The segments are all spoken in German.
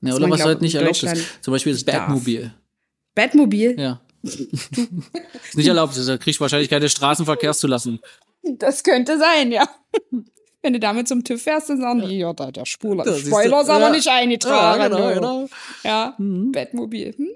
Ja, Dass oder man, was glaub, halt nicht in erlaubt ist. Deutschland Zum Beispiel das darf. Batmobil. Batmobil, Ja. ist nicht erlaubt, also da kriegt wahrscheinlich keine Straßenverkehrszulassung. das könnte sein, ja. Wenn du damit zum TÜV fährst, dann sagen die, ja, da der Spuler. Da siehst Spoiler du- ist aber ja. nicht eingetragen. Ja, genau, du. genau. Ja, Batmobil. Hm?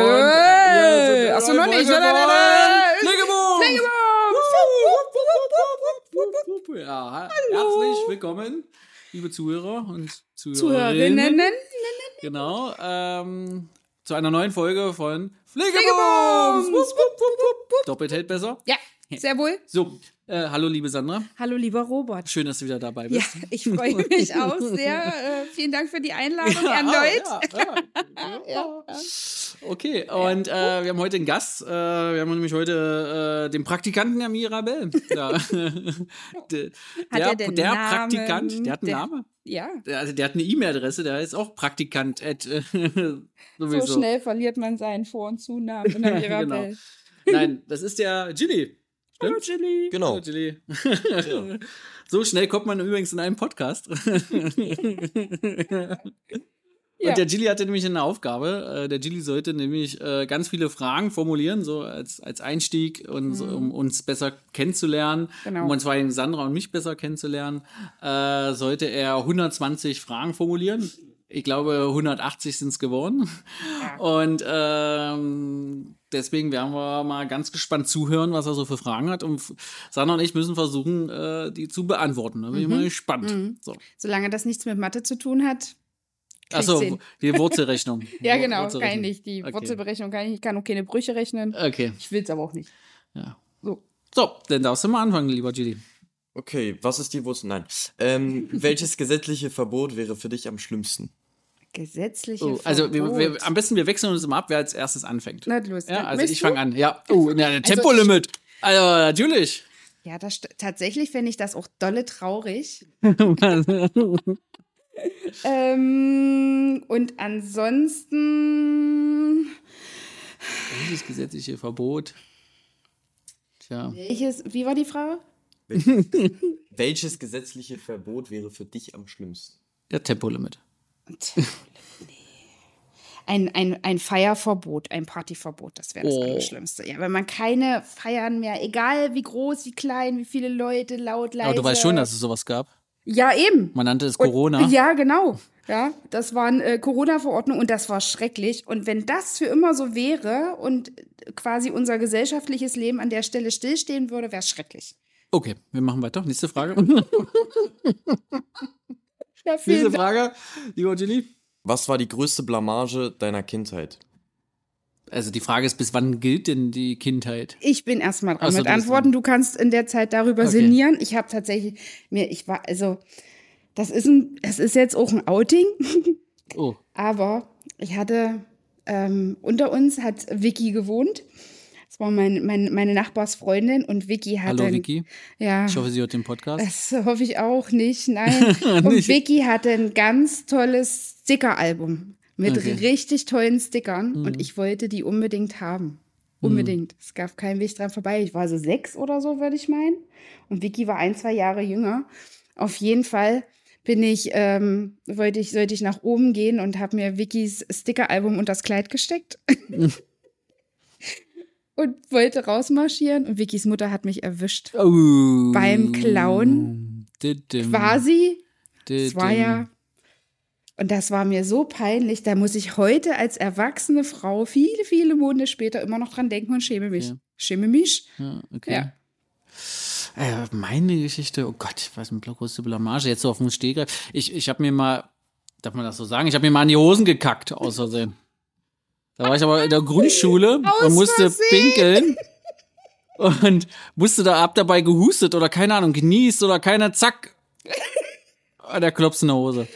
Äh, Achso, noch nicht. Legebogen! Ja, herzlich willkommen, liebe Zuhörer und Zuhörerinnen. Zuhörerinnen. Genau, ähm, zu einer neuen Folge von Fliegebombs! Fliegebombs! Wupp, wupp, wupp, wupp. Doppelt hält besser. Ja, sehr wohl. So, äh, hallo liebe Sandra, Hallo, lieber Robert. schön, dass du wieder dabei Ja, bist. ich freue mich auch sehr. Äh, vielen Dank für die Einladung erneut. Ah, ja, ja. Okay, und äh, wir haben heute einen Gast. Äh, wir haben nämlich heute äh, den Praktikanten der Mirabelle. Ja. der er der, denn der Namen? Praktikant, der hat einen Der- Namen. Ja, Der, also der hat eine E-Mail-Adresse, der ist auch Praktikant. At, äh, so sowieso. schnell verliert man seinen Vor- und Zunamen in der Genau. Mirabelle. Nein, das ist der Gilly. Stimmt? Gilly. Genau. Hallo, Gilly. so schnell kommt man übrigens in einen Podcast. Ja. Und der Gilly hatte nämlich eine Aufgabe. Äh, Der Gilly sollte nämlich äh, ganz viele Fragen formulieren, so als, als Einstieg, und, so, um uns besser kennenzulernen, Genau. um uns vor allem Sandra und mich besser kennenzulernen, äh, sollte er 120 Fragen formulieren. Ich glaube, 180 sind es geworden. Und ähm, deswegen werden wir mal ganz gespannt zuhören, was er so für Fragen hat. Und f- Sandra und ich müssen versuchen, äh, die zu beantworten. Da bin ich Mhm. mal gespannt. So. Solange das nichts mit Mathe zu tun hat. Achso, hin. die Wurzelrechnung. Ja, Wur- genau, kann ich Wurzelrechnung. nicht. Die Okay. Äh. Wurzelberechnung kann ich nicht. Ich kann auch keine Brüche rechnen. Okay. Ich will es aber auch nicht. Ja. So. So, dann darfst du mal anfangen, lieber Gili. Okay, was ist die Wurzel? Nein. Ähm, welches gesetzliche Verbot wäre für dich am schlimmsten? Gesetzliche Oh, also, wir, wir, am Verbot. besten, wir wechseln uns immer ab, wer als erstes anfängt. Na, los, ja, dann also willst ich du? also fange an. Ja. Oh, na, Tempolimit. Also, natürlich. Ja, das, st- tatsächlich finde ich das auch dolle traurig. Ähm, und ansonsten, Dieses gesetzliche Verbot. Tja. welches, wie war die Frage? Welches gesetzliche Verbot wäre für dich am schlimmsten? Der Tempolimit. Tja, nee. Ein, ein, ein Feierverbot, ein Partyverbot, das wäre das Oh. Allerschlimmste. Ja, wenn man keine Feiern mehr, egal wie groß, wie klein, wie viele Leute, laut, leise. Aber du weißt schon, dass es sowas gab. Ja, eben. Man nannte es Und- Corona. Ja, genau. Ja, das waren äh, Corona-Verordnungen und das war schrecklich. Und wenn das für immer so wäre und quasi unser gesellschaftliches Leben an der Stelle stillstehen würde, wäre es schrecklich. Okay, wir machen weiter. Nächste Frage. Ja, vielen Nächste Dank. Frage, lieber Gilly. Was war die größte Blamage deiner Kindheit? Also die Frage ist, bis wann gilt denn die Kindheit? Ich bin erstmal dran Ach so, mit du bist Antworten. dran. Du kannst in der Zeit darüber Okay. sinnieren. Ich habe tatsächlich mir, ich war, also, das ist ein, das ist jetzt auch ein Outing, Oh, aber ich hatte, ähm, unter uns hat Vicky gewohnt. Das war mein, mein, meine Nachbarsfreundin und Vicky hatte. hallo Vicky. Ja. Ich hoffe, sie hört den Podcast. Das hoffe ich auch nicht, nein. Und Nicht. Vicky hatte ein ganz tolles Sticker-Album mit Okay. Mhm. richtig tollen Stickern und ich wollte die unbedingt haben. Unbedingt. Es gab keinen Weg dran vorbei. Ich war so sechs oder so, würde ich meinen. Und Vicky war ein, zwei Jahre jünger. Auf jeden Fall bin ich, ähm, wollte ich, sollte ich nach oben gehen und habe mir Vickys Sticker-Album unter das Kleid gesteckt und wollte rausmarschieren. Und Vickys Mutter hat mich erwischt. Oh. Beim Klauen? Didim. Quasi Didim. Es war ja. Und das war mir so peinlich, da muss ich heute als erwachsene Frau viele, viele Monate später immer noch dran denken und schäme mich. Ja. Schäme mich? Ja, okay. Ja. Äh, meine Geschichte, oh Gott, was eine große Blamage. Jetzt so auf dem Stehgreif. Ich, ich habe mir mal, darf man das so sagen? Ich habe mir mal an die Hosen gekackt, aus Versehen. Da war ich aber in der Grundschule Aus und musste Versehen. pinkeln. Und musste da ab dabei gehustet oder keine Ahnung, genießt oder keiner, zack. Der Klops in der Hose.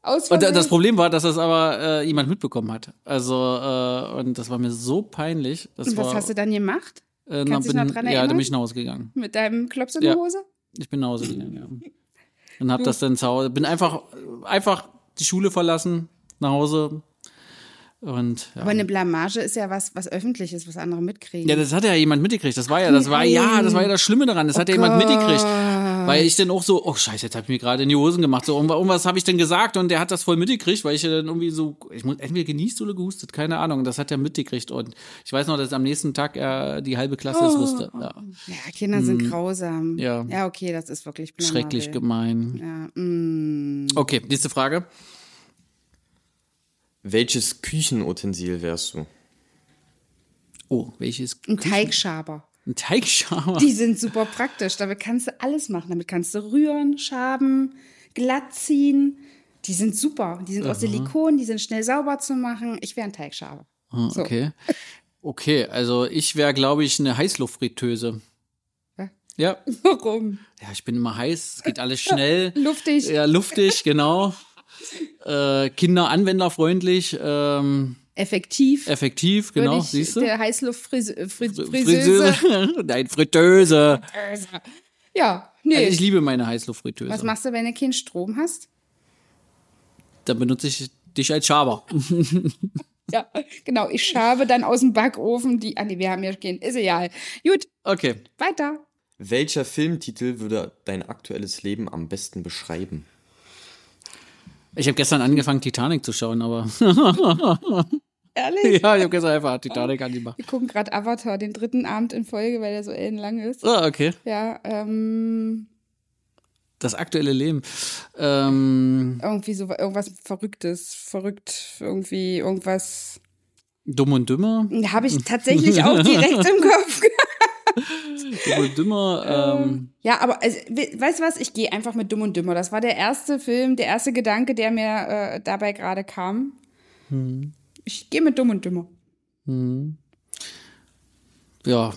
Aus Und da- das Versehen. Problem war, dass das aber äh, jemand mitbekommen hat. Also, äh, und das war mir so peinlich. Das Und war, was hast du dann gemacht? äh, kannst du dich bin, noch dran Ja, da erinnern? bin ich nach Hause gegangen. Mit deinem Klops in der Ja. Hose? Ich bin nach Hause gegangen, ja. Und hab das dann zu Hause, bin einfach, einfach die Schule verlassen, nach Hause. Und ja. Aber eine Blamage ist ja was, was öffentliches, was andere mitkriegen. ja, das hat ja jemand mitgekriegt. Das war ja, das war ja, das war ja das Schlimme daran. Das Oh hat ja jemand mitgekriegt. Weil ich dann auch so, oh Scheiße, jetzt habe ich mir gerade in die Hosen gemacht. So, irgendwas, irgendwas habe ich denn gesagt und der hat das voll mitgekriegt, weil ich ja dann irgendwie so, ich muss entweder genießt oder gehustet, keine Ahnung. Das hat er mitgekriegt und ich weiß noch, dass am nächsten Tag äh, die halbe Klasse Oh. es wusste. Ja. ja, Kinder sind grausam. Hm. Ja. ja, okay, das ist wirklich blamabel. Schrecklich gemein. Ja, mm. Okay, nächste Frage. Welches Küchenutensil wärst du? Oh, welches? Ein Teigschaber. Ein Teigschaber. Die sind super praktisch. Damit kannst du alles machen. Damit kannst du rühren, schaben, glatt ziehen. Die sind super. Die sind aus Silikon, die sind schnell sauber zu machen. Ich wäre ein Teigschaber. Ah, Okay. Okay, also ich wäre, glaube ich, eine Heißluftfritteuse. Hä? Ja. Warum? Ja, ich bin immer heiß, es geht alles schnell. Luftig. Ja, luftig, genau. Äh, Kinder anwenderfreundlich, ähm, Effektiv. effektiv, Würde genau, ich siehst du? Der Heißluftfriseuse. Friseuse. Friseuse. Nein, Fritteuse. Ja, nee. Also ich liebe meine Heißluftfritteuse. Was machst du, wenn du keinen Strom hast? Dann benutze ich dich als Schaber. Ja, genau. Ich schabe dann aus dem Backofen die. Ah, nee, wir haben ja keinen. Ist egal. Gut, Okay. weiter. Welcher Filmtitel würde dein aktuelles Leben am besten beschreiben? Ich habe gestern angefangen, Titanic zu schauen, aber Ehrlich? ja, ich habe gestern einfach Titanic angemacht. Wir gucken gerade Avatar den dritten Abend in Folge, weil der so ellenlang ist. Ah, okay. Ja, ähm, Das aktuelle Leben. Ähm, irgendwie so irgendwas Verrücktes, verrückt, irgendwie irgendwas. dumm und dümmer. Habe ich tatsächlich auch direkt im Kopf. gehabt. Dumm und dümmer. Ähm, Ja, aber also, we- weißt du was? Ich gehe einfach mit Dumm und Dümmer. Das war der erste Film, der erste Gedanke, der mir äh, dabei gerade kam. Hm. Ich gehe mit Dumm und Dümmer. ja.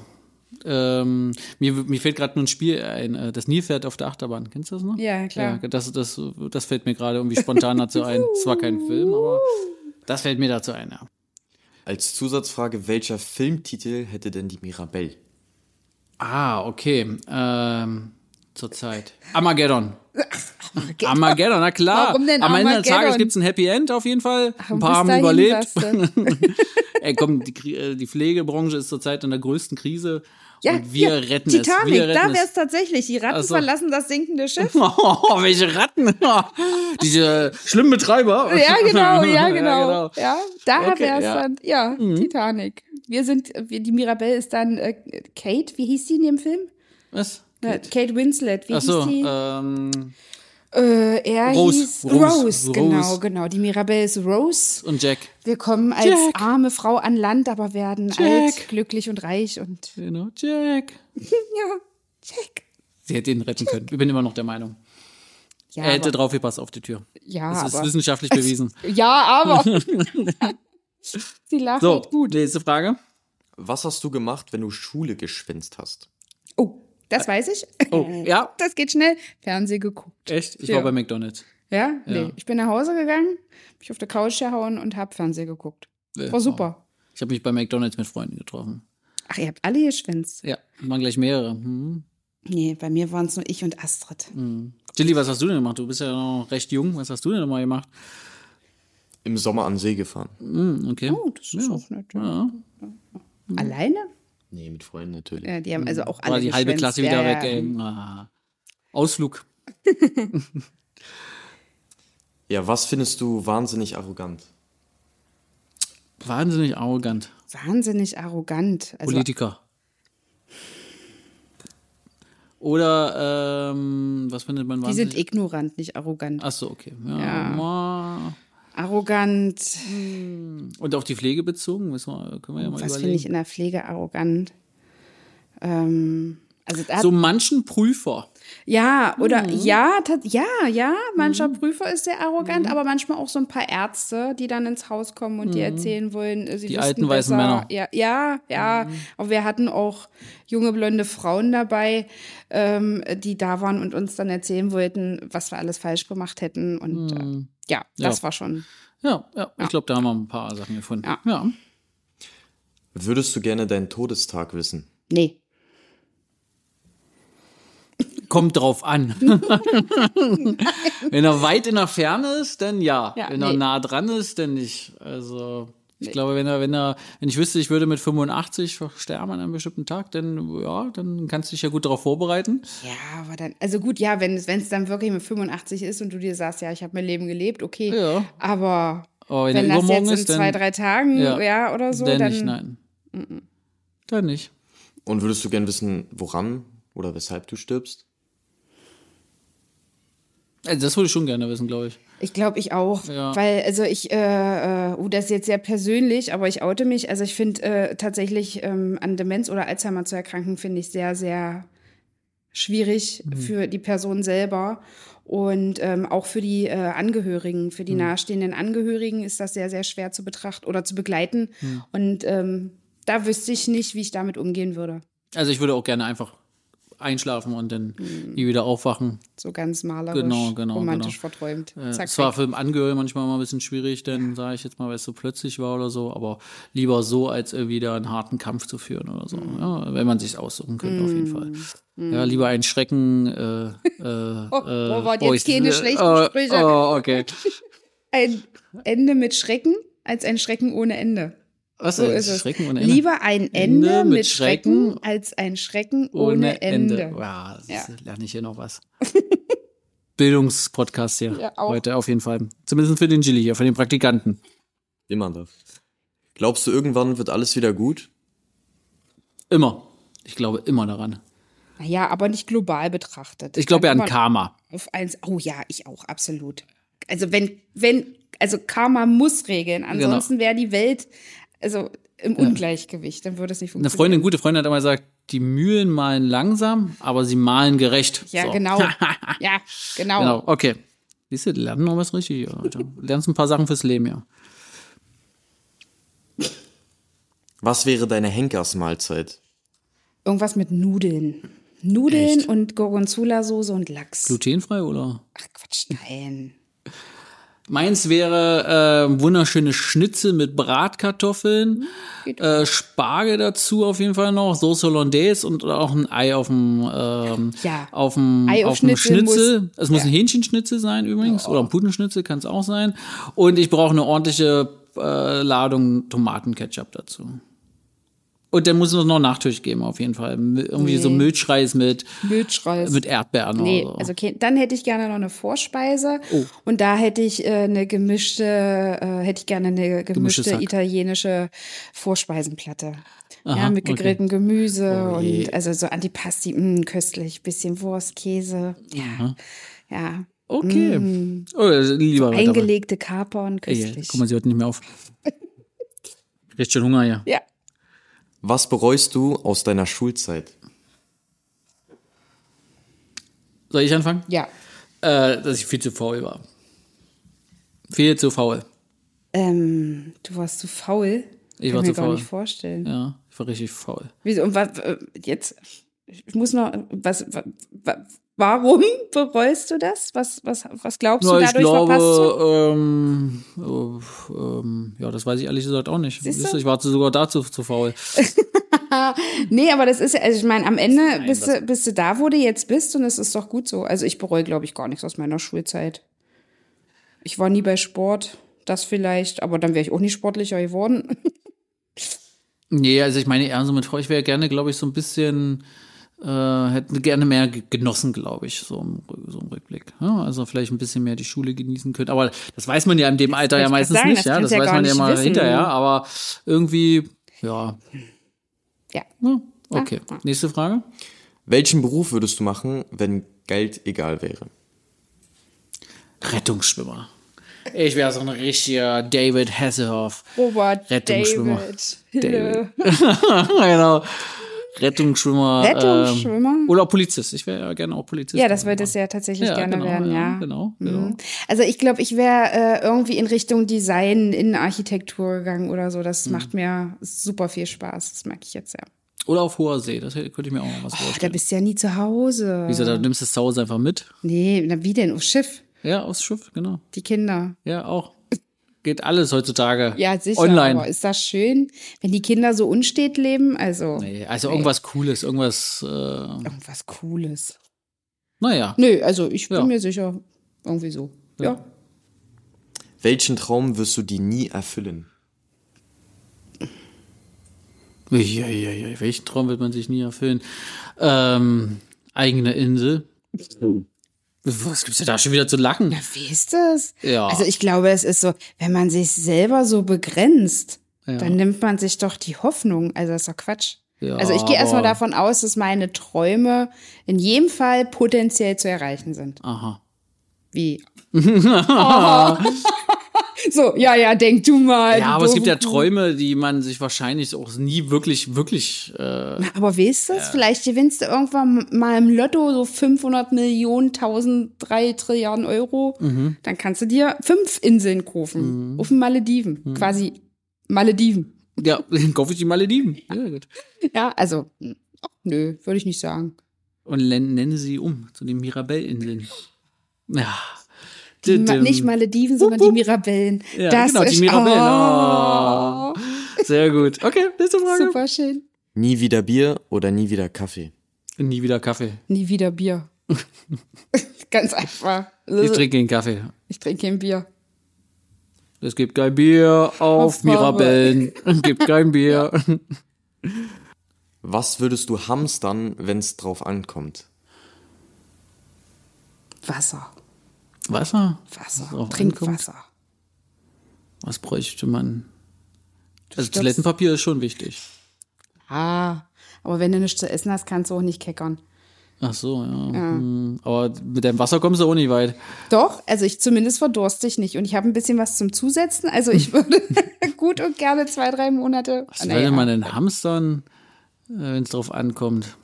Ähm, mir, mir fällt gerade nur ein Spiel ein. äh, Das Nilpferd auf der Achterbahn. Kennst du das noch? Ja, klar. Ja, das, das, das fällt mir gerade irgendwie spontan dazu ein. Es war kein Film, aber das fällt mir dazu ein, ja. Als Zusatzfrage, welcher Filmtitel hätte denn die Mirabelle? Ah, okay. Ähm, zurzeit. Armageddon. Armageddon, na klar. Warum denn Am Ende des Armageddon? Tages gibt's ein Happy End auf jeden Fall. Ein paar Bis haben dahin überlebt. war's dann. Ey, komm, die, Kri- äh, die Pflegebranche ist zurzeit in der größten Krise. Ja, und wir hier, retten Titanic, es. Wir retten da es. Also wäre es tatsächlich. Die Ratten Ach so. verlassen das sinkende Schiff. Oh, welche Ratten. Diese schlimmen Betreiber. Ja, genau, ja, genau. genau. Ja, da Okay, wär's ja. Mhm. dann. Ja, Titanic. Wir sind, wir, die Mirabelle ist dann äh, Kate, wie hieß die in dem Film? Was? Na, Kate Winslet, wie Ach so, hieß die? ähm, äh, er Rose, hieß Rose, Rose, Rose. genau, genau. Die Mirabelle ist Rose. und Jack. Wir kommen als Jack. arme Frau an Land, aber werden alt, glücklich und reich und Genau, Jack. ja, Jack. Sie hätte ihn retten können. Ich bin immer noch der Meinung. Ja, er hätte aber, draufgepasst auf die Tür. ja, Das Äh, ist aber, wissenschaftlich bewiesen. ja, aber. Sie lacht So, halt gut. nächste Frage. Was hast du gemacht, wenn du Schule geschwänzt hast? Oh, das weiß ich. Oh, ja, Das geht schnell. Fernseh geguckt. echt? Ich Äh. Ja. war bei McDonalds. Ja? Ja. Nee. Ich bin nach Hause gegangen, mich auf der Couch gehauen und hab Fernsehen geguckt. Äh, War super. Ich habe mich bei McDonalds mit Freunden getroffen. Ach, ihr habt alle geschwänzt. Ja, waren gleich mehrere. Hm. Nee, bei mir waren es nur ich und Astrid. Mhm. Tilly, was hast du denn gemacht? Du bist ja noch recht jung. Was hast du denn mal gemacht? Im Sommer an See gefahren. Hm, okay. Oh, das ist ja. auch nett. Ja. Alleine? Nee, mit Freunden natürlich. Ja, die haben also auch alle Mhm. War die halbe geschwänzt. Klasse ja, wieder weg. ja. Ey. Ah. Ausflug. Ja, was findest du wahnsinnig arrogant? Wahnsinnig arrogant. Wahnsinnig arrogant. Also, Politiker. Oder, ähm, was findet man die wahnsinnig? Ah. sind ignorant, nicht arrogant. Achso, okay. Ja. ma. Arrogant. Und auf die Pflege bezogen, müssen wir, können wir ja mal Was finde überlegen. ich in der Pflege arrogant? Ähm, Also da, So manchen Prüfer. ja, oder Mhm. ja, tat- ja, ja, mancher Prüfer ist sehr arrogant, Mhm. aber manchmal auch so ein paar Ärzte, die dann ins Haus kommen und dir erzählen wollen, äh, sie Die wüssten alten weißen besser. Männer. Mhm. Ja, ja, ja. Aber wir hatten auch junge blonde Frauen dabei, ähm, die da waren und uns dann erzählen wollten, was wir alles falsch gemacht hätten. Und äh, ja, das Mhm. Ja. war schon. Ja, ja. ich glaube, da haben wir ein paar Sachen gefunden. Ja. ja. Würdest du gerne deinen Todestag wissen? Nee. Kommt drauf an. Wenn er weit in der Ferne ist, dann ja. Ja, wenn er nee. nah dran ist, dann nicht. Also ich glaube, wenn er, wenn er, wenn ich wüsste, ich würde mit 85 sterben an einem bestimmten Tag, dann ja, dann kannst du dich ja gut darauf vorbereiten. Ja, aber dann, also gut, ja, wenn es wenn es dann wirklich mit 85 ist und du dir sagst, ja, ich habe mein Leben gelebt, okay. Ja. Aber Aber wenn, wenn er das übermorgen jetzt in ist, dann, zwei, drei Tagen Ja. ja, oder so, dann, dann, Mm, nicht, nein. Dann nicht. Und würdest du gerne wissen, woran oder weshalb du stirbst? Also das würde ich schon gerne wissen, glaube ich. ich glaube, ich auch. Ja. Weil, also ich, äh, äh, oh, das ist jetzt sehr persönlich, aber ich oute mich. Also ich finde äh, tatsächlich ähm, an Demenz oder Alzheimer zu erkranken, finde ich sehr, sehr schwierig Mhm. für die Person selber und ähm, auch für die äh, Angehörigen, Mhm. für die nahestehenden Angehörigen ist das sehr, sehr schwer zu betrachten oder zu begleiten. Mhm. Und ähm, da wüsste ich nicht, wie ich damit umgehen würde. Also ich würde auch gerne einfach einschlafen und dann Mm. nie wieder aufwachen. So ganz malerisch, Genau, genau, romantisch genau. verträumt. Äh, Zack, Es war weg. für den Angehörigen manchmal mal ein bisschen schwierig, denn sage ich jetzt mal, weil es so plötzlich war oder so, aber lieber so, als irgendwie da einen harten Kampf zu führen oder so. Mhm. Ja, wenn man sich aussuchen könnte, auf jeden Fall. Ja, lieber einen Schrecken. Äh, äh, Oh, äh, Robert, oh, jetzt ich- keine schlechten oh, Sprüche. Oh, okay. ein Ende mit Schrecken als ein Schrecken ohne Ende. Was So äh, ist es. Schrecken und Ende? Lieber ein Ende, mit, Schrecken, Schrecken als ein Schrecken ohne, ohne Ende. Ende. Wow, Ja. das lerne ich hier noch was. Bildungspodcast hier Ja, auch. heute auf jeden Fall. Zumindest für den Gilly hier, für den Praktikanten. Immer darf. Glaubst du, irgendwann wird alles wieder gut? Immer. Ich glaube immer daran. Ja, aber nicht global betrachtet. Ich glaube ja an Kann man Karma. Auf eins. Oh ja, ich auch, absolut. Also wenn, wenn, also Karma muss regeln, Genau. ansonsten wäre die Welt also im Ungleichgewicht, dann würde es nicht Eine funktionieren. Freundin, gute Freundin hat immer gesagt, die Mühlen malen langsam, aber sie malen gerecht. Ja, So. genau. ja, genau. Genau, okay. Siehst du, die lernen noch was richtig. hier, Leute. Lernst ein paar Sachen fürs Leben, ja. Was wäre deine Henkersmahlzeit? Irgendwas mit Nudeln. Nudeln Echt? und Gorgonzola-Soße und Lachs. Glutenfrei, oder? Ach Quatsch, nein. Meins wäre äh, wunderschöne Schnitzel mit Mhm, Bratkartoffeln, äh, Spargel dazu auf jeden Fall noch, Soße Hollandaise und auch ein Ei auf dem ähm, Ja. auf dem Ei auf auf dem Schnitzel muss- Schnitzel. es muss ein Hähnchenschnitzel sein übrigens oder ein Putenschnitzel kann es auch sein. Und ich brauche eine ordentliche äh, Ladung Tomatenketchup dazu. Und dann muss es noch einen Nachtisch geben auf jeden Fall. M- Irgendwie so Milchreis mit Wildschreis. mit Erdbeeren Nee, oder so. also okay, dann hätte ich gerne noch eine Vorspeise Oh. und da hätte ich äh, eine gemischte, äh, hätte ich gerne eine Gemischtes gemischte Hack. italienische Vorspeisenplatte. ja, mit gegrilltem Gemüse Oh und also so Antipasti, mh, köstlich, bisschen Wurst, Käse. Ja. Ja. Okay. Mm. Oh, lieber weiter. Eingelegte Kapern, Ey, köstlich. guck mal, sie hört nicht mehr auf. Kriegt schon Hunger, ja. ja. Was bereust du aus deiner Schulzeit? Soll ich anfangen? Ja. Äh, dass ich viel zu faul war. Viel zu faul. Ähm, du warst zu faul. Ich Kann war mir zu gar faul. nicht vorstellen. Ja, ich war richtig faul. Wieso, und was, äh, jetzt, ich muss noch, was, wa- wa- warum bereust du das? Was, was, was glaubst Na, du, ich dadurch verpasst zu? glaube, ähm, äh, ähm, ja, das weiß ich ehrlich gesagt auch nicht. Siehst du? Siehst du? Ich war zu, sogar dazu zu faul. Nee, aber das ist ja, also ich meine, am Ende bist, du, bist du da, wo du jetzt bist und das ist doch gut so. Also ich bereue, glaube ich, gar nichts aus meiner Schulzeit. Ich war nie bei Sport, das vielleicht, aber dann wäre ich auch nicht sportlicher geworden. Nee, also ich meine eher so mit Frau, ich wäre gerne, glaube ich, so ein bisschen, äh, hätte gerne mehr ge- genossen, glaube ich, so im, Rü- so im Rückblick. Ja, also vielleicht ein bisschen mehr die Schule genießen können. Aber das weiß man ja in dem Alter wollte ja ich meistens gerade sagen, nicht, das ja. Das kannst du ja weiß gar man ja nicht mal wissen. hinterher, aber irgendwie, ja. Ja. ja okay. Nächste Frage. Welchen Beruf würdest du machen, wenn Geld egal wäre? Rettungsschwimmer. Ich wäre so ein richtiger David Hasselhoff. Robert, Rettungsschwimmer. David, Hille. genau. Rettungsschwimmer. Rettungsschwimmer? Ähm, oder auch Polizist. Ich wäre ja gerne auch Polizist. Ja, das würde es ja tatsächlich Ja, gerne genau, werden, ja, ja. genau, Mhm. genau. Also ich glaube, ich wäre äh, irgendwie in Richtung Design, Innenarchitektur gegangen oder so. Mhm. Das macht mir super viel Spaß. Das mag ich jetzt sehr. Oder auf hoher See. Das hätte- könnte ich mir auch mal was Da vorstellen. bist du ja nie zu Hause. Wie gesagt, da nimmst du das zu Hause einfach mit. Nee, na wie denn? Aufs Schiff, Ja, aufs Schiff, genau. die Kinder. Ja, auch. Geht alles heutzutage. Ja, sicher. Online. Aber ist das schön, wenn die Kinder so unstet leben? Also Nee, also irgendwas Cooles, irgendwas, äh, irgendwas Cooles. naja. Nö, also ich bin Ja. mir sicher, irgendwie so. Ja. Welchen Traum wirst du dir nie erfüllen? Uiuiui, welchen Traum wird man sich nie erfüllen? Ähm, eigene Insel. Was gibt's ja da schon wieder zu lachen? Wie ist das? Ja. Also ich glaube, es ist so, wenn man sich selber so begrenzt, dann nimmt man sich doch die Hoffnung. Also das ist doch Quatsch. Ja, also ich gehe erstmal aber- davon aus, dass meine Träume in jedem Fall potenziell zu erreichen sind. Aha. Wie? Oh. so, ja, ja, denk du mal. Ja, du aber es gibt ja doofe Kuh. Träume, die man sich wahrscheinlich auch nie wirklich, wirklich. Äh, Na, aber weißt du, vielleicht gewinnst du irgendwann mal im Lotto so 500 Millionen, 1000, 3 Trilliarden Euro. Mhm. Dann kannst du dir fünf Inseln kaufen. Auf den Malediven. Mhm. Quasi Malediven. ja, dann kaufe ich die Malediven. Ja, gut. Ja, also, mh, ach, nö, würde ich nicht sagen. Und len- nenne sie um zu den Mirabellinseln. Ja. Die Ma nicht Malediven, sondern die Mirabellen. Ja, das genau, die ist Mirabellen. Ah. Oh, Sehr gut. Okay, nächste Frage. super schön. Nie wieder Bier oder nie wieder Kaffee? Nie wieder Kaffee. Nie wieder Bier. Ganz einfach. Ich trinke den Kaffee. Ich trinke kein Bier. Es gibt kein Bier auf Auf Mirabellen. Es gibt kein Bier. Was würdest du hamstern, wenn es drauf ankommt? Wasser. Wasser? Wasser. drauf Trink ankommt. Wasser. Was bräuchte man? Also Toilettenpapier ist schon wichtig. Ah, aber wenn du nichts zu essen hast, kannst du auch nicht keckern. Ach so, ja. Hm. Aber mit dem Wasser kommst du auch nicht weit. Doch, also ich zumindest verdurste ich nicht. Und ich habe ein bisschen was zum Zusetzen. Also ich würde gut und gerne zwei, drei Monate. Was würde man denn hamstern, wenn es drauf ankommt?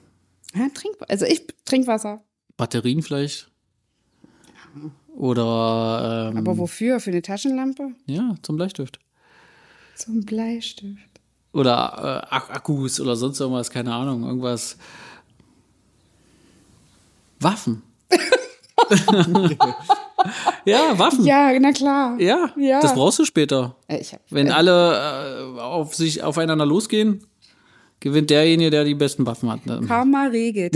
ja, trink, also ich trink Wasser. Batterien vielleicht? Oder ähm, Aber wofür? Für eine Taschenlampe? ja, zum Bleistift. Zum Bleistift. Oder äh, Ak- Akkus oder sonst irgendwas, keine Ahnung, irgendwas. Waffen. ja, Waffen. Hm. Ja. Ja, na klar. Ja. das brauchst du später. Äh, Ich hab, Wenn alle äh, auf sich aufeinander losgehen, gewinnt derjenige, der die besten Waffen hat. Okay, Karma regelt.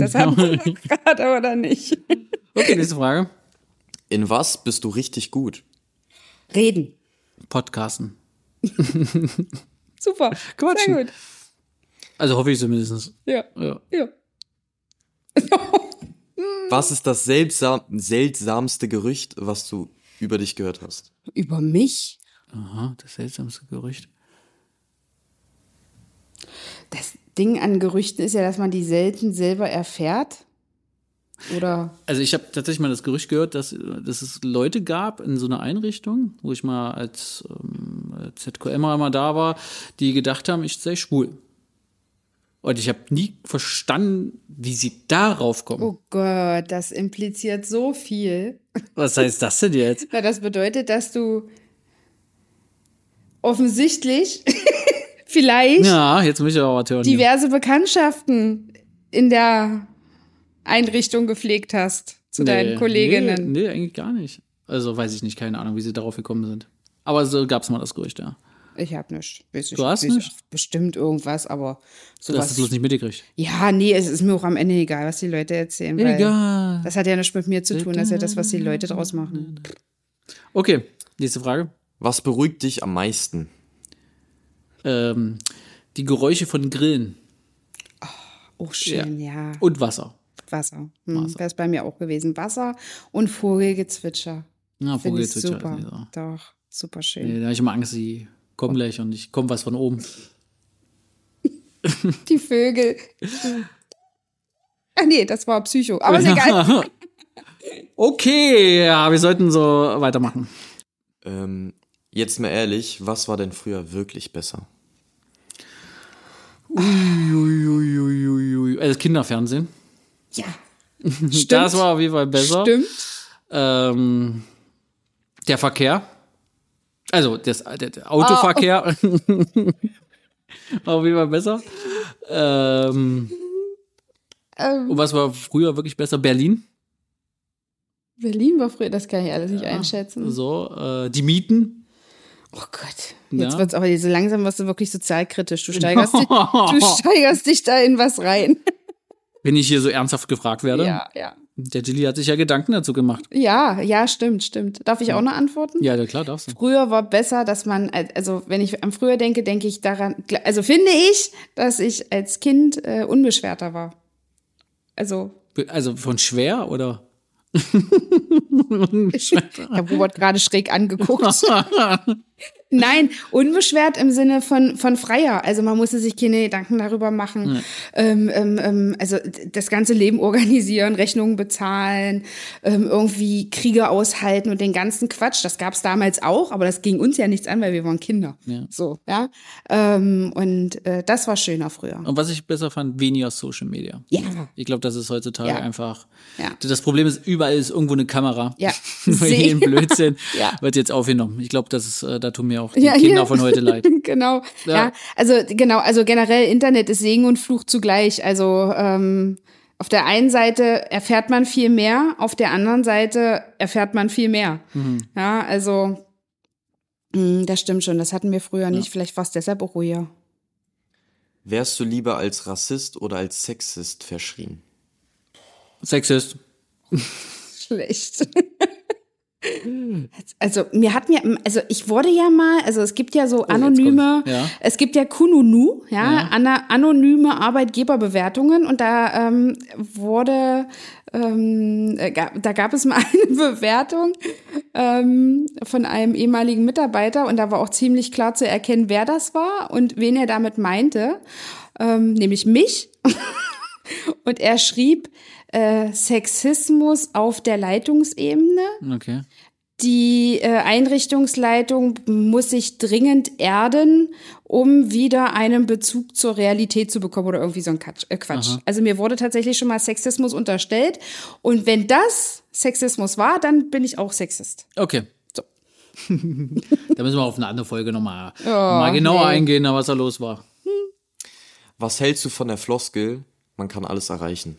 Das haben wir Genau. doch gerade, oder nicht? nächste Frage. In was bist du richtig gut? Reden. Podcasten. Super. Quatschen. Sehr gut. Also hoffe ich zumindest. Ja. Ja. ja. Was ist das seltsam seltsamste Gerücht, was du über dich gehört hast? Über mich? Aha, das seltsamste Gerücht. Das Ding an Gerüchten ist ja, dass man die selten selber erfährt. Oder Also ich habe tatsächlich mal das Gerücht gehört, dass, dass es Leute gab in so einer Einrichtung, wo ich mal als ähm, ZQM einmal da war, die gedacht haben, ich sei schwul. Und ich habe nie verstanden, wie sie darauf kommen. Oh Gott, das impliziert so viel. Was heißt das denn jetzt? Na, das bedeutet, dass du offensichtlich vielleicht Ja, jetzt muss ich aber was hören. hier. diverse Bekanntschaften in der Einrichtung gepflegt hast zu deinen Kolleginnen. Nee, nee, eigentlich gar nicht. Also weiß ich nicht, keine Ahnung, wie sie darauf gekommen sind. Aber so gab es mal das Gerücht, ja. Ich hab nichts. Weiß ich- Du hast weiß ich- nicht? Bestimmt irgendwas, aber Du hast es sowas. bloß nicht mitgekriegt. ja, nee, es ist mir auch am Ende egal, was die Leute erzählen. Weil Egal. Das hat ja nichts mit mir zu tun, das ist ja das, was die Leute draus machen. Okay, nächste Frage. Was beruhigt dich am meisten? Ähm, die Geräusche von Grillen Oh, schön, ja. und Wasser. Wasser. Hm, Wäre es bei mir auch gewesen. Wasser und Vogelgezwitscher. Na, Finde ich Vogelzwitscher ist super. nicht so. Doch, super schön. Nee, Da habe ich immer Angst, sie Oh. kommen gleich und ich komme was von oben. Die Vögel. Ah, nee, das war Psycho. Aber ist egal. Okay, ja, wir sollten so weitermachen. Ähm, jetzt mal ehrlich, was war denn früher wirklich besser? Uiuiuiuiui. Also Kinderfernsehen. Ja, Das war auf jeden Fall besser. stimmt. Ähm, der Verkehr. Also das, der, der Autoverkehr. Ah. auf jeden Fall besser. Ähm, Ähm, und was war früher wirklich besser? Berlin. Berlin war früher, das kann ich alles nicht einschätzen. So, äh, die Mieten. Oh Gott. Ja. Jetzt wird's aber so langsam was wirklich sozialkritisch. Du steigerst, dich, du steigerst dich da in was rein. Wenn ich hier so ernsthaft gefragt werde. Ja, ja. Der Gilly hat sich ja Gedanken dazu gemacht. Ja, ja, stimmt, stimmt. Darf ich auch noch antworten? Ja, na klar, darfst du. Früher war besser, dass man, also wenn ich an früher denke, denke ich daran, also finde ich, dass ich als Kind äh, unbeschwerter war. Also, Also von schwer oder? ich habe Robert gerade schräg angeguckt. Nein, unbeschwert im Sinne von, von freier. Also man musste sich keine Gedanken darüber machen. Ähm, ähm, ähm, also d- das ganze Leben organisieren, Rechnungen bezahlen, ähm, irgendwie Kriege aushalten und den ganzen Quatsch. Das gab es damals auch, aber das ging uns ja nichts an, weil wir waren Kinder. Ja. So, ja. Ähm, und äh, das war schöner früher. Und was ich besser fand, weniger Social Media. Ja. Ich glaube, das ist heutzutage Ja. einfach. Ja. Das Problem ist, überall ist irgendwo eine Kamera. Ja. Bei Sehe. jedem Blödsinn Ja. wird jetzt aufgenommen. Ich glaube, das ist, äh, da tun mir auch die Ja, Kinder ja. von heute leid. genau. Ja. Ja. also genau, also generell Internet ist Segen und Fluch zugleich. Also ähm, auf der einen Seite erfährt man viel mehr, auf der anderen Seite erfährt man viel mehr. Mhm. Ja, also mh, das stimmt schon. Das hatten wir früher nicht. Vielleicht war es deshalb auch ruhiger. Wärst du lieber als Rassist oder als Sexist verschrien? Sexist. Schlecht. Also mir hat mir, also ich wurde ja mal, also es gibt ja so anonyme, kommt's. Ja. es gibt ja Kununu, ja, Ja. ana- anonyme Arbeitgeberbewertungen und da ähm, wurde, ähm, äh, gab- da gab es mal eine Bewertung ähm, von einem ehemaligen Mitarbeiter und da war auch ziemlich klar zu erkennen, wer das war und wen er damit meinte, ähm, nämlich mich. Und er schrieb äh, Sexismus auf der Leitungsebene. Okay. Die äh, Einrichtungsleitung muss sich dringend erden, um wieder einen Bezug zur Realität zu bekommen oder irgendwie so ein Quatsch. Äh, Quatsch. Also mir wurde tatsächlich schon mal Sexismus unterstellt. Und wenn das Sexismus war, dann bin ich auch Sexist. Okay. da müssen wir auf eine andere Folge nochmal noch Ja, mal genauer Oh, nee. eingehen, na, was da los war. Was hältst du von der Floskel? Man kann alles erreichen.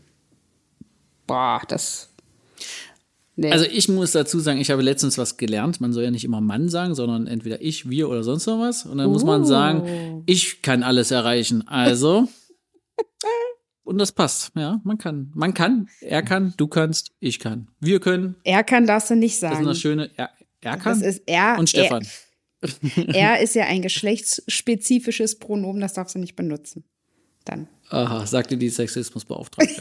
Boah, das. Nee. Also ich muss dazu sagen, ich habe letztens was gelernt. Man soll ja nicht immer Mann sagen, sondern entweder ich, wir oder sonst noch was. Und dann muss man Oh. sagen, ich kann alles erreichen. Also. Und das passt, ja. Man kann. Man kann, er kann, du kannst, ich kann. Wir können. er kann darfst du nicht Das ist sagen. das Schöne. Er, er kann. Das ist ah, er. und Stefan. Er, er ist ja ein geschlechtsspezifisches Pronomen, das darfst du nicht benutzen. Dann. Aha, sagte die Sexismusbeauftragte.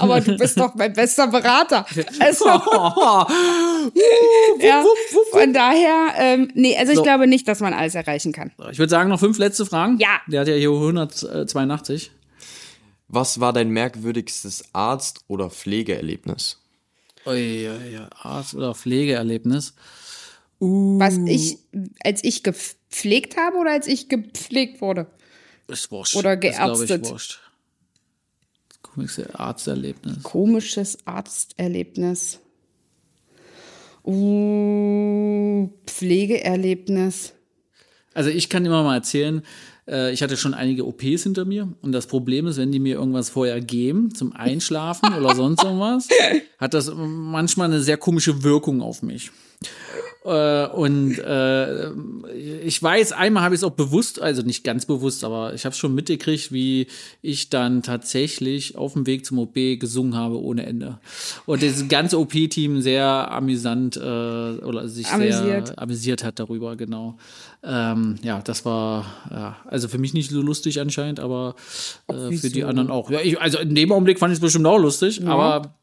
Aber du bist doch mein bester Berater. Also, ja, von daher, ähm, nee, also ich So. glaube nicht, dass man alles erreichen kann. ich würde sagen, noch fünf letzte Fragen. Ja. Der hat ja hier 182. Was war dein merkwürdigstes Arzt- oder Pflegeerlebnis? Ui, ui, ui, Arzt- oder Pflegeerlebnis. Was ich, als ich gepflegt habe oder als ich gepflegt wurde? Ist wurscht. Oder Ist, glaub geärztet. ich, wurscht. Das komischste Arzterlebnis. Komisches Arzterlebnis. Uh, Pflegeerlebnis. Also ich kann immer mal erzählen, äh, ich hatte schon einige OPs hinter mir und das Problem ist, wenn die mir irgendwas vorher geben zum Einschlafen oder sonst irgendwas, hat das manchmal eine sehr komische Wirkung auf mich. Äh, und äh, ich weiß, einmal habe ich es auch bewusst, also nicht ganz bewusst, aber ich habe es schon mitgekriegt, wie ich dann tatsächlich auf dem Weg zum OP gesungen habe ohne Ende. Und dieses ganze OP-Team sehr amüsant äh, oder sich Amüsiert. sehr amüsiert hat darüber, genau. Ähm, ja, das war ja, also für mich nicht so lustig anscheinend, aber äh, für die anderen auch. Ja, ich, also in dem Augenblick fand ich es bestimmt auch lustig, aber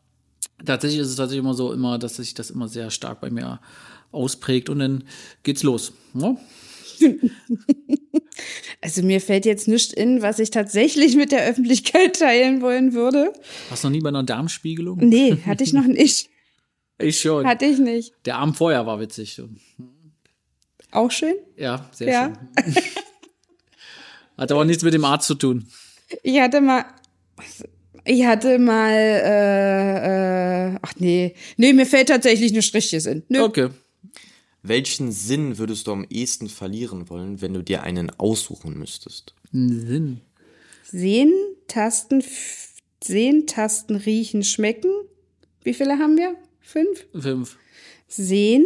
tatsächlich ist es tatsächlich immer so immer, dass sich das immer sehr stark bei mir ausprägt und dann geht's los. ne? Ja? Also mir fällt jetzt nichts in, was ich tatsächlich mit der Öffentlichkeit teilen wollen würde. Warst du noch nie bei einer Darmspiegelung? Nee, hatte ich noch nicht. Ich schon. Hatte ich nicht. Der Abend vorher war witzig. Auch schön? Ja, sehr Ja. schön. Hat aber nichts mit dem Arzt zu tun. Ich hatte mal. Ich hatte mal. Äh, äh, ach nee. Nee, mir fällt tatsächlich eine Strichchen Nö. Okay. Welchen Sinn würdest du am ehesten verlieren wollen, wenn du dir einen aussuchen müsstest? Sinn. Sehen, Tasten, f- sehen, Tasten, riechen, schmecken. Wie viele haben wir? Fünf? Fünf. Sehen,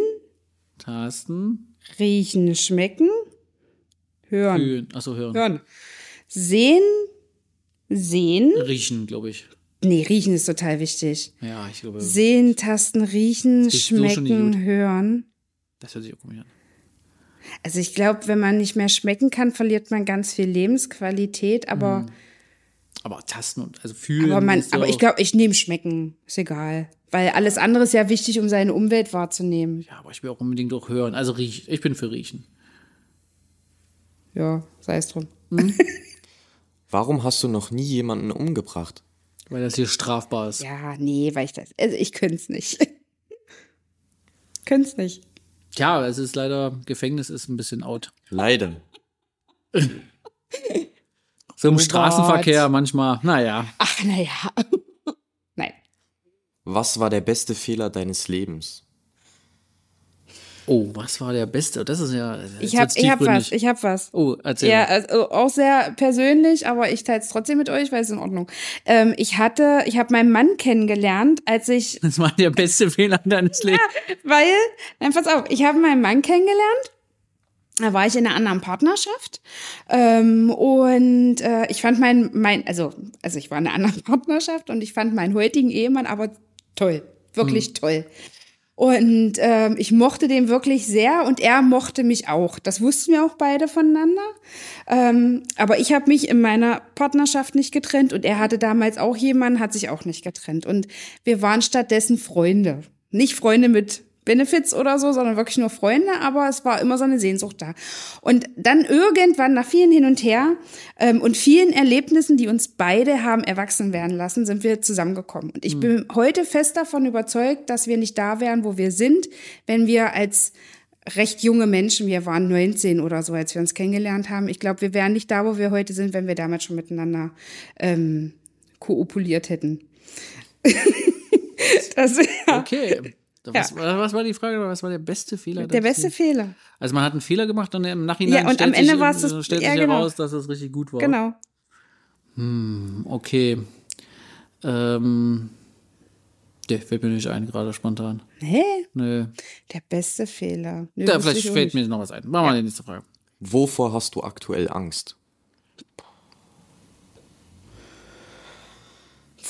Tasten. riechen, schmecken, hören. Fühlen. Achso, hören. Hören. Sehen, sehen. Riechen, glaube ich. Nee, riechen ist total wichtig. Ja, ich glaube, Sehen, Tasten, riechen, Das geht so schon nicht schmecken, gut. hören. das hört sich auch komisch an. Also ich glaube, wenn man nicht mehr schmecken kann, verliert man ganz viel Lebensqualität, aber, Mhm. Aber Tasten und also fühlen. aber, man, ist ja aber ich auch- glaube, ich nehme schmecken. Ist egal. Weil alles andere ist ja wichtig, um seine Umwelt wahrzunehmen. Ja, aber ich will auch unbedingt auch hören. Also riechen. Ich bin für riechen. Ja, sei es drum. Warum hast du noch nie jemanden umgebracht? Weil das hier strafbar ist. Ja, nee, weil ich das. Also ich könnte es nicht. könnte es nicht. Tja, es ist leider, Gefängnis ist ein bisschen out. Leider. So im Oh Straßenverkehr manchmal. Naja. Ach, naja. Nein. Was war der beste Fehler deines Lebens? Oh, was war der Beste? Das ist ja. das Ich ist habe jetzt ich hab tiefgründig. was. Ich habe was. Oh, erzähl. Ja, Ja, also auch sehr persönlich, aber ich teile es trotzdem mit euch, weil es ist in Ordnung. Ähm, ich hatte, ich habe meinen Mann kennengelernt, als ich das war der beste Fehler deines Lebens. Weil, nein, pass auf, ich habe meinen Mann kennengelernt. Da war ich in einer anderen Partnerschaft. Ähm, und äh, ich fand meinen, mein, also, also ich war in einer anderen Partnerschaft und ich fand meinen heutigen Ehemann aber toll. Wirklich toll. Und ähm, ich mochte den wirklich sehr und er mochte mich auch. Das wussten wir auch beide voneinander. Ähm, aber ich habe mich in meiner Partnerschaft nicht getrennt und er hatte damals auch jemanden, hat sich auch nicht getrennt. Und wir waren stattdessen Freunde. Nicht Freunde mit Benefits oder so, sondern wirklich nur Freunde, aber es war immer so eine Sehnsucht da. Und dann irgendwann nach vielen hin und her ähm, und vielen Erlebnissen, die uns beide haben erwachsen werden lassen, sind wir zusammengekommen. Und ich bin heute fest davon überzeugt, dass wir nicht da wären, wo wir sind, wenn wir als recht junge Menschen, wir waren 19 oder so, als wir uns kennengelernt haben. Ich glaube, wir wären nicht da, wo wir heute sind, wenn wir damals schon miteinander ähm, koopuliert hätten. das, ja, Okay. Was, was war die Frage? Was war der beste Fehler? der deines beste Lebens? Fehler. Also man hat einen Fehler gemacht und im Nachhinein Ja, und stellt am Ende sich, war es das- stellt ja, sich genau. heraus, dass es richtig gut war. Genau. Okay. Ähm. Der fällt mir nicht ein, gerade spontan. Hä? Nö. Der beste Fehler. Nö, Da, wusste vielleicht ich auch fällt nicht. mir noch was ein. Machen wir mal die nächste Frage. Wovor hast du aktuell Angst?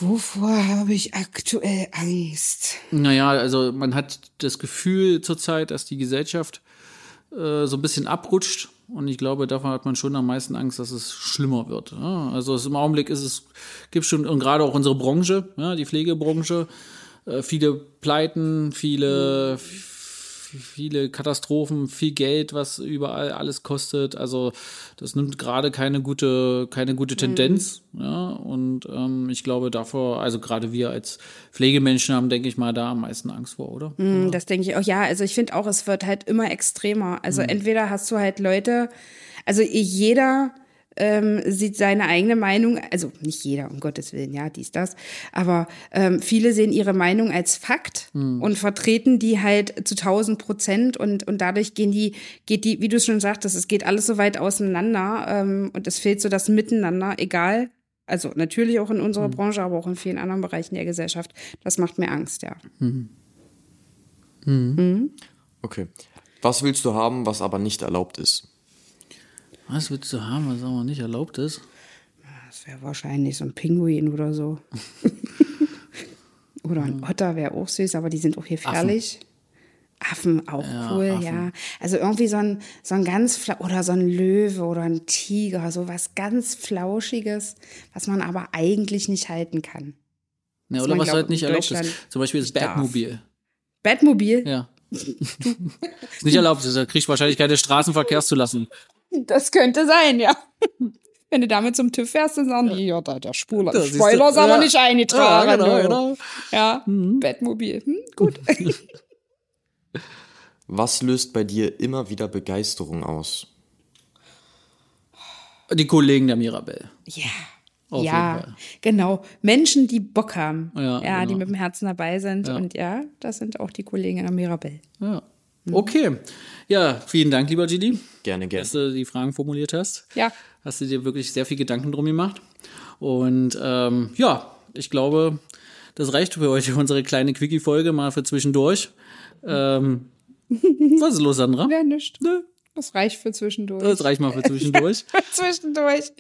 Wovor habe ich aktuell Angst? Naja, also man hat das Gefühl zurzeit, dass die Gesellschaft äh, so ein bisschen abrutscht. Und ich glaube, davon hat man schon am meisten Angst, dass es schlimmer wird. Ja? Also es, im Augenblick ist es, gibt schon, und gerade auch unsere Branche, ja, die Pflegebranche, äh, viele Pleiten, Mhm. viele, f- viele Katastrophen, viel Geld, was überall alles kostet. Also das nimmt gerade keine gute, keine Mhm. gute Tendenz. Ja, und ähm, ich glaube davor, also gerade wir als Pflegemenschen haben, denke ich mal, da am meisten Angst vor, oder? Hm, Das denke ich auch. Ja, also ich finde auch, es wird halt immer extremer. Also entweder hast du halt Leute, also jeder ähm, sieht seine eigene Meinung, also nicht jeder, um Gottes Willen, ja, dies, das, aber ähm, viele sehen ihre Meinung als Fakt und vertreten die halt zu 1000 Prozent und, und dadurch gehen die, geht die, wie du schon sagtest, es geht alles so weit auseinander ähm, und es fehlt so das Miteinander, egal. Also natürlich auch in unserer Branche, aber auch in vielen anderen Bereichen der Gesellschaft. Das macht mir Angst, ja. Okay. Was willst du haben, was aber nicht erlaubt ist? Was willst du haben, was aber nicht erlaubt ist? Das wäre wahrscheinlich so ein Pinguin oder so. oder Mhm. ein Otter wäre auch süß, aber die sind auch gefährlich. Affen, auch cool, ja. Also irgendwie so ein, so ein ganz, fla- oder so ein Löwe oder ein Tiger, so was ganz Flauschiges, was man aber eigentlich nicht halten kann. Ja, Was oder man, was glaub, halt nicht in erlaubt ist. Deutschland Zum Beispiel das darf. Batmobil. Batmobil, Ja. ist nicht erlaubt, also da kriegst du wahrscheinlich keine Straßenverkehrszulassung. das könnte sein, ja. Wenn du damit zum TÜV fährst, dann sagen die, ja, da der Spuler. Da siehst du- Spoiler ist aber ja. nicht eingetragen. Ja, genau, du. genau. Ja, Batmobil, hm, gut. Was löst bei dir immer wieder Begeisterung aus? Die Kollegen der Mirabelle. Ja. Auf ja, jeden Fall. genau. Menschen, die Bock haben. Ja, Ja, die genau. mit dem Herzen dabei sind. Und ja, das sind auch die Kollegen am Mirabell. Ja. Mhm. Okay. Ja, vielen Dank, lieber Gidi, Gerne, dass gerne. du die Fragen formuliert hast. Ja. Hast du dir wirklich sehr viel Gedanken drum gemacht. Und ähm, ja, ich glaube, das reicht für heute, unsere kleine Quickie-Folge mal für zwischendurch. Ähm, was ist los, Sandra? Wäre nicht. Das reicht für zwischendurch. Das reicht mal für zwischendurch. zwischendurch.